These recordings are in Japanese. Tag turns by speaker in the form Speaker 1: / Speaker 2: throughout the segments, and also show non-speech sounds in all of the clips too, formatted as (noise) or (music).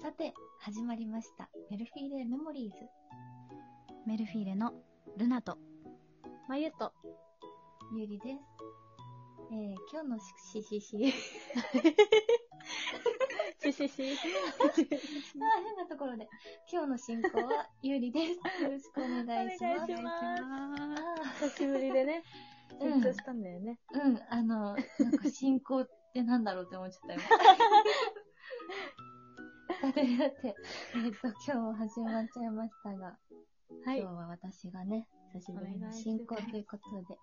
Speaker 1: さて、始まりました。メルフィーレメモリーズ。
Speaker 2: メルフィーレのルナと
Speaker 3: まゆと、
Speaker 1: ゆりです。えー、今日のししし
Speaker 3: (laughs)
Speaker 1: し、
Speaker 3: シシシ。
Speaker 1: あー変なところで。今日の進行はゆりです。よろしくお願いします。
Speaker 3: (laughs) お願いします
Speaker 1: あ
Speaker 3: 久しぶりでね、
Speaker 1: うん
Speaker 3: 緊張したんだよね。
Speaker 1: ーうん、あの、なんか進行ってなんだろうって思っちゃ
Speaker 3: (laughs)
Speaker 1: ったよ。さて、さて、えっと、今日始まっちゃいましたが、
Speaker 3: はい
Speaker 1: 今。日は私がね、久しぶり
Speaker 3: お
Speaker 1: の
Speaker 3: 願いし
Speaker 1: 進行
Speaker 3: ます
Speaker 1: ということで、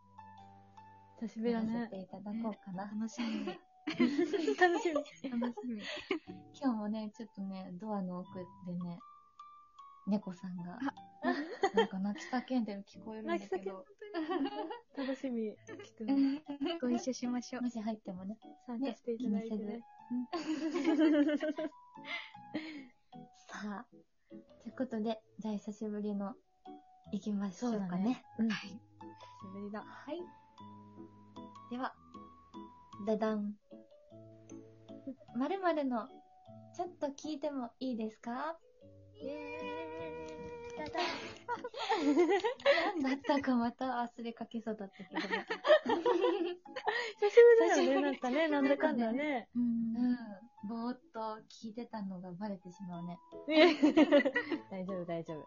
Speaker 3: 久しぶり
Speaker 1: や
Speaker 3: だ
Speaker 1: らせて
Speaker 3: ね。
Speaker 1: いただこうかな。
Speaker 2: 楽しみに
Speaker 3: 楽しみ。
Speaker 2: 楽しみ
Speaker 1: (laughs) 今日もね、ちょっとね、ドアの奥でね、猫さんが、 (laughs) なんか泣き叫んでる聞こえるんだけ
Speaker 3: 泣き叫
Speaker 1: ど、
Speaker 3: 楽しみ。きっとね
Speaker 1: も
Speaker 2: ご一緒しましょう
Speaker 1: し入ってもね、
Speaker 3: 参加していただいてね
Speaker 1: ね。
Speaker 3: (laughs)
Speaker 1: さあ、ということで、じゃあ久しぶりの、行きましょうかね。
Speaker 3: うん久し
Speaker 2: はい
Speaker 3: ぶ (laughs) りだ。
Speaker 1: はい。では、ダダン。まるまるの、ちょっと聞いてもいいですか何だったかまた忘れかけそうだったけ (laughs) ど。
Speaker 3: 久しぶりだよね、なん (laughs) かね、なんだかんだね。
Speaker 2: う
Speaker 1: うんん、ぼーっと聞いてたのがバレてしまうね。
Speaker 3: (laughs) 大丈夫、大丈夫。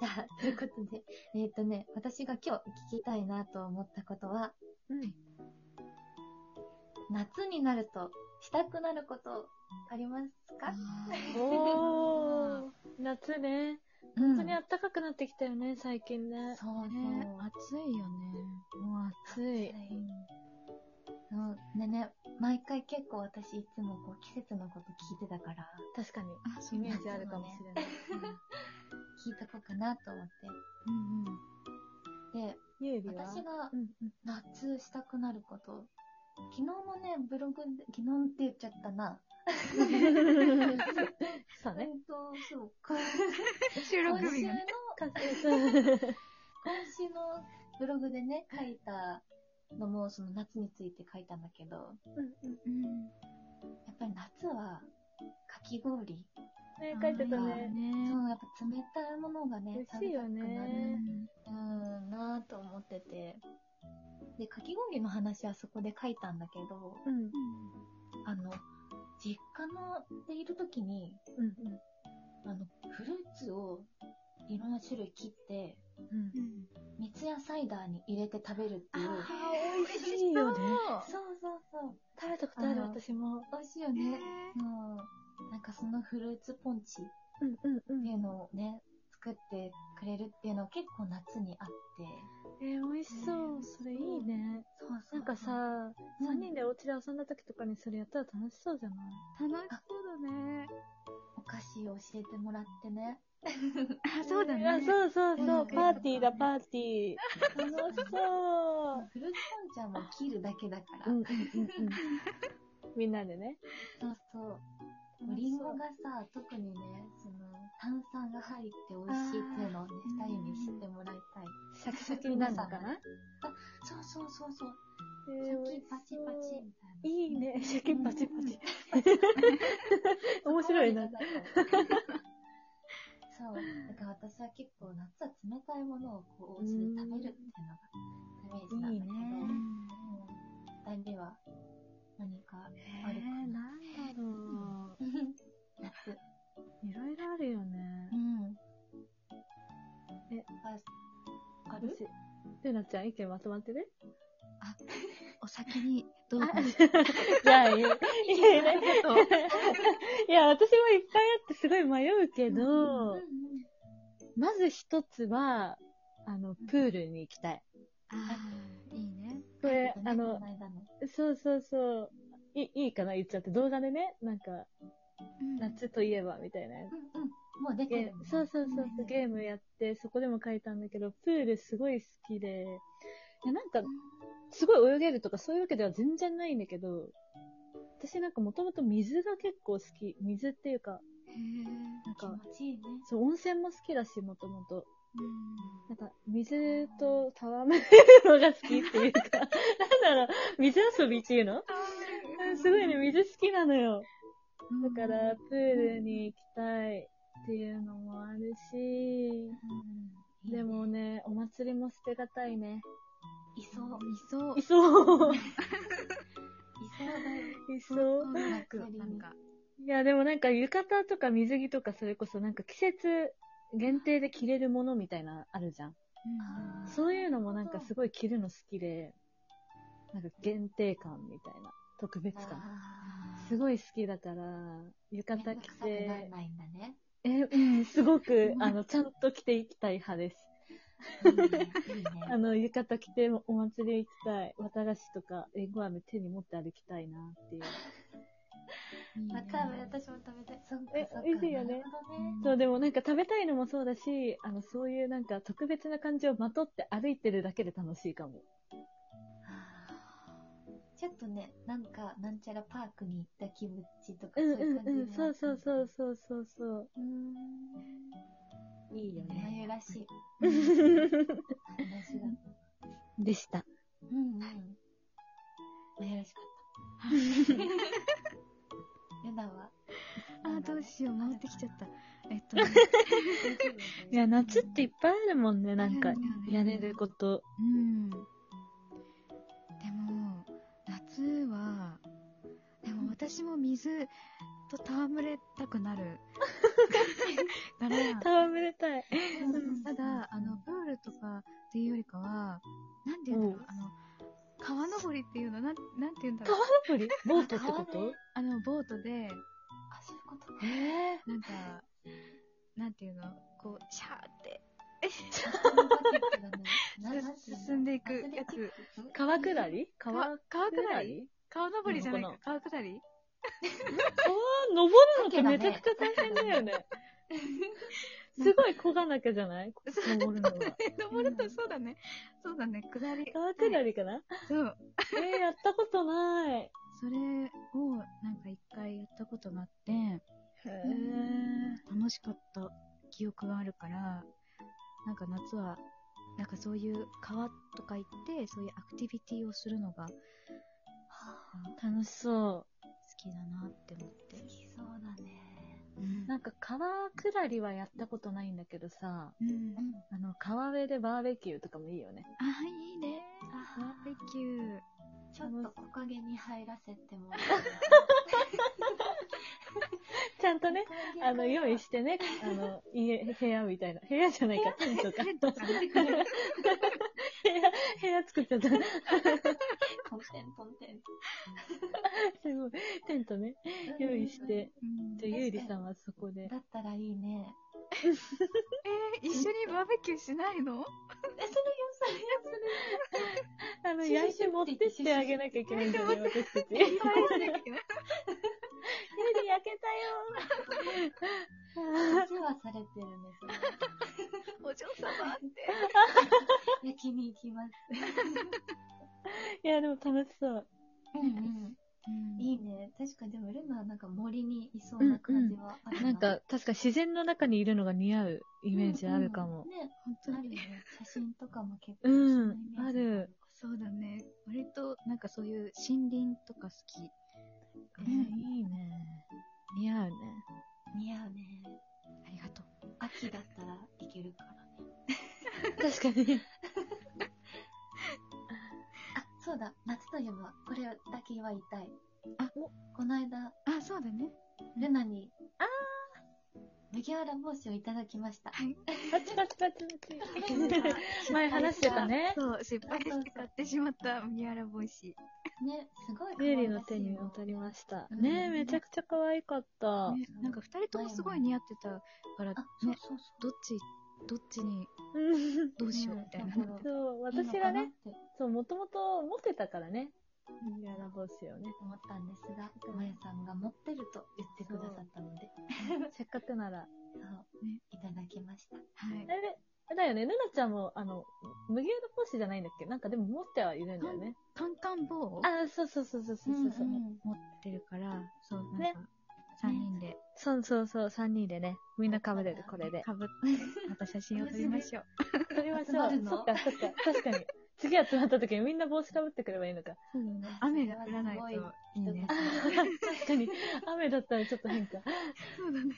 Speaker 1: じゃ (laughs) あ、ということで、えっ、とね、私が今日聞きたいなと思ったことは、
Speaker 3: うん。
Speaker 1: 夏になるとしたくなること、ありますか
Speaker 3: おー。夏ね。
Speaker 1: 本
Speaker 3: 本当に暖かくなってきたよね、最近ね。
Speaker 1: そうね
Speaker 2: ね。暑いよね
Speaker 3: もう暑い。
Speaker 1: そうでね、毎回結構私いつもこう季節のこと聞いてたから、
Speaker 3: 確かに。
Speaker 2: あそ
Speaker 3: イ
Speaker 2: う
Speaker 3: メ
Speaker 2: ね
Speaker 3: ージあるかもしれない。
Speaker 1: 聞いとこうかなと思っ
Speaker 2: うんうん
Speaker 1: て。で、
Speaker 3: ゆうびは
Speaker 1: 私が
Speaker 3: うんうん。
Speaker 1: 夏したくなること、昨日のね、ブログで、昨日って言っちゃったな。
Speaker 3: (laughs) そうね。
Speaker 1: 本当、そう。今
Speaker 2: 収
Speaker 3: (laughs)
Speaker 2: 録
Speaker 1: 週
Speaker 2: 日
Speaker 1: の
Speaker 2: がね、
Speaker 1: 今週のブログでね、書いたのも、その夏について書いたんだけど、や
Speaker 2: うん
Speaker 1: っぱり夏は、かき氷。
Speaker 3: ね、書いてた
Speaker 2: あ
Speaker 3: ね
Speaker 2: ー。ね
Speaker 1: そう、やっぱ冷たいものがね、
Speaker 3: 美味しいよね
Speaker 1: 食べたくな
Speaker 2: う
Speaker 1: る
Speaker 2: ん
Speaker 1: うん、なぁと思ってて。で、かき氷の話はそこで書いたんだけど、
Speaker 3: うん。
Speaker 1: あの、実家のでいるときに、
Speaker 3: うん。
Speaker 1: あの、フルーツをいろんな種類切って、
Speaker 3: うん
Speaker 2: う。ん
Speaker 1: 三ツ矢サイダーに入れて食べるっていう。
Speaker 3: ああ、美味しいよね。
Speaker 1: そうそうそう。
Speaker 3: 食べたことある、
Speaker 1: あー
Speaker 3: 私も。
Speaker 1: 美味しいよね。うん。なんかそのフルーツポンチっ
Speaker 3: うんうんう
Speaker 1: てい
Speaker 3: ん。
Speaker 1: うのをね、作ってくれるっていうのは結構夏にあって。
Speaker 3: えー、美味しそう。それいいね。
Speaker 1: そうそう
Speaker 3: なんか
Speaker 1: あ
Speaker 3: さ、
Speaker 1: うん
Speaker 3: 3人でお家で遊んだ時とかにそれやったら楽しそうじゃない
Speaker 2: 楽しそうだね
Speaker 1: お菓子を教えてもらってね。
Speaker 2: あそうだ
Speaker 3: あ
Speaker 2: ね
Speaker 3: そうそう
Speaker 1: うん
Speaker 3: そう。パーティーだ、パーティー。楽しそう。
Speaker 1: フルーツポンチはもう切るだけだから。
Speaker 3: うんうんうんうん。みんなでね。
Speaker 1: そうそう。リンゴがさ、特にね、その、炭酸が入って美味しいっていうのをね、
Speaker 2: あ
Speaker 1: 二
Speaker 2: ー
Speaker 1: 人に知ってもらいたい。
Speaker 3: シャキシャキになるのかな
Speaker 1: そうそうそうそう。
Speaker 3: え
Speaker 1: シ
Speaker 3: ー
Speaker 1: ャ
Speaker 3: 美
Speaker 1: キ
Speaker 3: 味し
Speaker 1: パチ
Speaker 3: そう
Speaker 1: パチみたいな。
Speaker 3: いいね。シャキパチパチ。
Speaker 1: うん。
Speaker 3: 面白いな
Speaker 1: そこ。までじゃないかなそう。だから私は結構夏は冷たいものをこう、お家で食べるっていうのがイメージなんだけど、
Speaker 3: いい
Speaker 2: うん
Speaker 3: ね
Speaker 1: うん二人は何か
Speaker 2: え
Speaker 1: あるか
Speaker 2: ー
Speaker 1: な。
Speaker 2: なんだろ
Speaker 1: 夏。
Speaker 3: う。いろいろあるよね
Speaker 1: う。ん。
Speaker 3: え、
Speaker 1: あ、ある
Speaker 3: 私。ルナちゃん意見まとまってる
Speaker 2: うお酒に
Speaker 3: (laughs)
Speaker 2: どうぞ
Speaker 3: あいや、いや、いやいや、いや、私もいっぱいあってすごい迷うけど、まず一つは、あの、プールに行きたい。
Speaker 2: あーいいね
Speaker 3: これ、あ
Speaker 1: の
Speaker 3: の、そうそうそう、いいいかな言っちゃって動画でね、なんか、夏といえばみたいなやつ。
Speaker 1: うんうん。もう出て
Speaker 3: ゲ
Speaker 1: る
Speaker 3: ー。ムそうそうそう
Speaker 1: う
Speaker 3: そ
Speaker 1: ん
Speaker 3: う、ゲームやって、そこでも書いたんだけど、プールすごい好きで、いやなんか、すごい泳げるとかそういうわけでは全然ないんだけど、私なんかもともと水が結構好き。水っていうか、
Speaker 2: へー
Speaker 3: なん
Speaker 1: 気
Speaker 3: か
Speaker 1: 持、ちいいね。
Speaker 3: そう、温泉も好きだし、もともと。
Speaker 2: うん
Speaker 3: なんか、水と戯れるのが好きっていうか、なんだろう、水遊びっていうのうんすごいね、水好きなのよ。
Speaker 2: うん
Speaker 3: だから、プールに行きたいっていうのもあるし、
Speaker 1: うん
Speaker 3: でもね、お祭りも捨てがたいね。
Speaker 1: いそう、い
Speaker 2: いそう
Speaker 3: い。そう。
Speaker 1: そうだよ。
Speaker 3: いそう。
Speaker 2: なんか、なんか、
Speaker 3: いや、でもなんか浴衣とか水着とかそれこそなんか季節限定で着れるものみたいなあるじゃん。
Speaker 1: あー
Speaker 3: そういうのもなんかすごい着るの好きで、なんか限定感みたいな、特別感。
Speaker 1: あー
Speaker 3: すごい好きだから、浴
Speaker 1: めん
Speaker 3: 衣
Speaker 1: ど
Speaker 3: 着
Speaker 1: くさくなら
Speaker 3: て、
Speaker 1: ないんだね。
Speaker 3: え、うん、すごく、あの、ちゃんと着ていきたい派です。
Speaker 1: いいね。いいね
Speaker 3: あの、浴衣着てお祭り行きたい。綿菓子とか、エゴ飴手に持って歩きたいなっていう。
Speaker 2: うん
Speaker 1: わかる、私も食べたい。そっか
Speaker 3: え
Speaker 1: そっか。
Speaker 3: 美味しいよね
Speaker 1: なるほどね。
Speaker 3: そう、でもなんか食べたいのもそうだし、あの、そういうなんか特別な感じをまとって歩いてるだけで楽しいかも。
Speaker 1: ちょっとね、なんか、なんちゃらパークに行った気持ちとか、
Speaker 3: うん
Speaker 1: そういう
Speaker 3: うんうん、そう
Speaker 1: 感じ
Speaker 3: そう
Speaker 1: う。
Speaker 3: そうそうそうそう。
Speaker 1: うーん。
Speaker 3: いいよ
Speaker 1: まゆらしい話だ。
Speaker 3: (laughs) でした。
Speaker 1: うんうん。まゆらしか
Speaker 3: (laughs)
Speaker 1: った。やだわ。
Speaker 2: あー、どうしよう、回ってきちゃった。えっとね、
Speaker 3: いや、夏っていっぱいあるもんね、なん
Speaker 2: あ
Speaker 3: か
Speaker 2: るんだよ、ね
Speaker 3: やれること。
Speaker 2: うん。でも、夏は、でも私も水と戯れたくなる。から、
Speaker 3: 戯れたい。
Speaker 2: ただ、あの、プールとかっていうよりかは、なんて言うんだろう、あの、川登りっていうの、なん、なんて言うんだろう。
Speaker 3: アプリボートってこ
Speaker 1: 川
Speaker 3: と
Speaker 1: ね
Speaker 2: あの、ボートで、
Speaker 1: あ、そういうこと
Speaker 3: ええ
Speaker 2: なんか、なんていうの、こう、シャーって、進んでいくやつ。
Speaker 3: 川下り川
Speaker 2: 川、川下り
Speaker 3: り
Speaker 2: 川登りじゃない
Speaker 3: な
Speaker 2: か
Speaker 3: の、
Speaker 2: 川下り
Speaker 3: 川登るのってめちゃくちゃ大変だよ (laughs) ね。すごい漕がなきゃじゃない登るのは。
Speaker 2: (laughs) 登ると、そうだね。そうだね、下り。
Speaker 3: 川下りかな
Speaker 2: そう。
Speaker 3: えー、やったことない。
Speaker 2: それを、なんか一回やったことがあって、
Speaker 3: へ
Speaker 2: 楽しかった記憶があるから、なんか夏は、なんかそういう川とか行って、そういうアクティビティをするのが好
Speaker 3: 楽しそ
Speaker 2: きだなって思って。
Speaker 1: 好きそうだね。
Speaker 2: うん
Speaker 3: う。なんか川下りはやったことないんだけどさ、
Speaker 2: うん。
Speaker 3: あの、川辺でバーベキューとかもいいよね。
Speaker 2: あー、いいね。バーベキュー。
Speaker 1: ちょっと木陰に入らせてもら
Speaker 3: ちゃんと
Speaker 1: う
Speaker 3: ね、あの、用意して (laughs) ね、あの、家、部屋みたいな。部屋じゃないか、テントか。部屋、 (laughs) 部屋作っちゃった。
Speaker 1: ト
Speaker 3: す
Speaker 1: ンテントンテン。
Speaker 3: ごい。テントね、用意して。
Speaker 2: (laughs) うん
Speaker 3: じゃあ、ゆうりさんはそこで
Speaker 1: だ。ったらいいね。
Speaker 2: えー、一緒にバーベキューしないの
Speaker 1: え、それよ、それよ、それよ。
Speaker 3: あの、焼いて持ってってあげなきゃいけないんだよね、私たち。ゆう (laughs) り焼けたよ
Speaker 1: お世話されてるんですね。
Speaker 2: (laughs) お嬢様って。
Speaker 1: 焼きに行きます。
Speaker 3: いや、でも楽しそう。
Speaker 1: うんうん。い
Speaker 2: い
Speaker 1: いね。確かに、でも、ルナはなんか森にいそうな感じはある
Speaker 3: なんか、確か自然の中にいるのが似合うイ
Speaker 1: イ
Speaker 3: メージあるかも。
Speaker 1: ね、
Speaker 2: 本当
Speaker 1: ある
Speaker 2: に。
Speaker 1: ね。写真とかも結構
Speaker 3: うん
Speaker 1: そなイメージ
Speaker 3: ある。
Speaker 2: そうだね。割と、なんかそういう森林とか好き。
Speaker 1: う
Speaker 3: え
Speaker 1: ん
Speaker 3: いいね。似合うね。
Speaker 1: 似合うね。
Speaker 2: ありがとう。
Speaker 1: 秋だったらいけるからね。
Speaker 3: 確かに。
Speaker 1: あ、そうだ。夏といえば、これだけは言いたい。
Speaker 2: あ
Speaker 1: この間、
Speaker 2: あ、そうだね。
Speaker 1: ルナに、あー麦わら帽子をいただきました。
Speaker 2: はい。
Speaker 3: パチパチパチパ (laughs) チ。前話してたね。
Speaker 2: そう、失敗して買ってしまった麦わら帽子。
Speaker 1: ね、すごい可
Speaker 3: ユ
Speaker 1: 愛
Speaker 3: ー
Speaker 1: らしい
Speaker 3: リの手に渡りました。
Speaker 1: うん
Speaker 3: ねえ、めちゃくちゃ可愛かった。
Speaker 2: ねなんか二人ともすごい似合ってたから、ね
Speaker 1: あ、、そうそう
Speaker 2: どっち、どっちに
Speaker 3: うん
Speaker 2: どうしようみたいな。
Speaker 1: ねなんか
Speaker 3: (laughs) そ
Speaker 1: そう。
Speaker 3: う、
Speaker 1: いいの
Speaker 3: 私
Speaker 1: か
Speaker 3: が
Speaker 1: なっ
Speaker 3: ね、
Speaker 1: て
Speaker 3: そう、もともと持ってたからね。ミララ帽子をね。
Speaker 1: 思ったんですが、まやさんが持ってると言ってくださったので、
Speaker 3: (laughs) せっかくなら。
Speaker 1: そう
Speaker 2: ね
Speaker 1: いただきました。
Speaker 2: はい
Speaker 3: あ。れで、あれだよね、ルナちゃんも、あの、麦わら帽子じゃないんだっけなんかでも持ってはいるんだよね。
Speaker 2: カンカン棒を
Speaker 3: あ、そうそうそうそうそうそう。
Speaker 1: うん
Speaker 2: 持ってるから、そう、な
Speaker 3: ね
Speaker 2: んか、三人で、
Speaker 3: そうそうそう、三人でね、みんな被れる、これで。
Speaker 2: かぶって、また写真を撮りましょう。
Speaker 3: 撮りまし
Speaker 1: 集ま
Speaker 3: ょ
Speaker 1: る
Speaker 3: う。
Speaker 1: の
Speaker 3: そっか、そっか、確かに。次集まった時にみんな帽子かぶってくればいい (laughs) のか。
Speaker 2: そうだね。雨が降らないといいね。
Speaker 3: 確かに、雨だったらちょっと変か。
Speaker 2: (laughs) そうだね。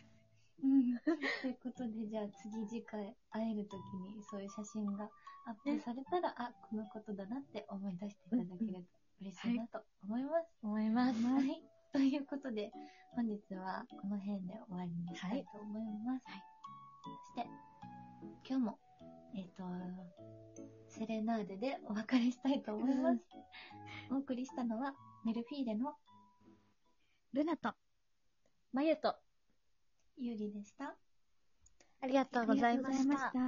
Speaker 1: うん。 (laughs) ということで、じゃあ次次回会えるときにそういう写真がアップされたら、あ、このことだなって思い出していただけると嬉しいなと思います。
Speaker 3: 思います。
Speaker 1: はい。ということで、本日はこの辺で終わりにしたいと思います。そして、今日も、えっ、と、セレナーデでお別れしたいと思います。お送りしたのは、メルフィーレの
Speaker 2: ルナと、あ
Speaker 3: まゆと。
Speaker 1: ゆりでした。
Speaker 4: ありがとうございました。
Speaker 2: た。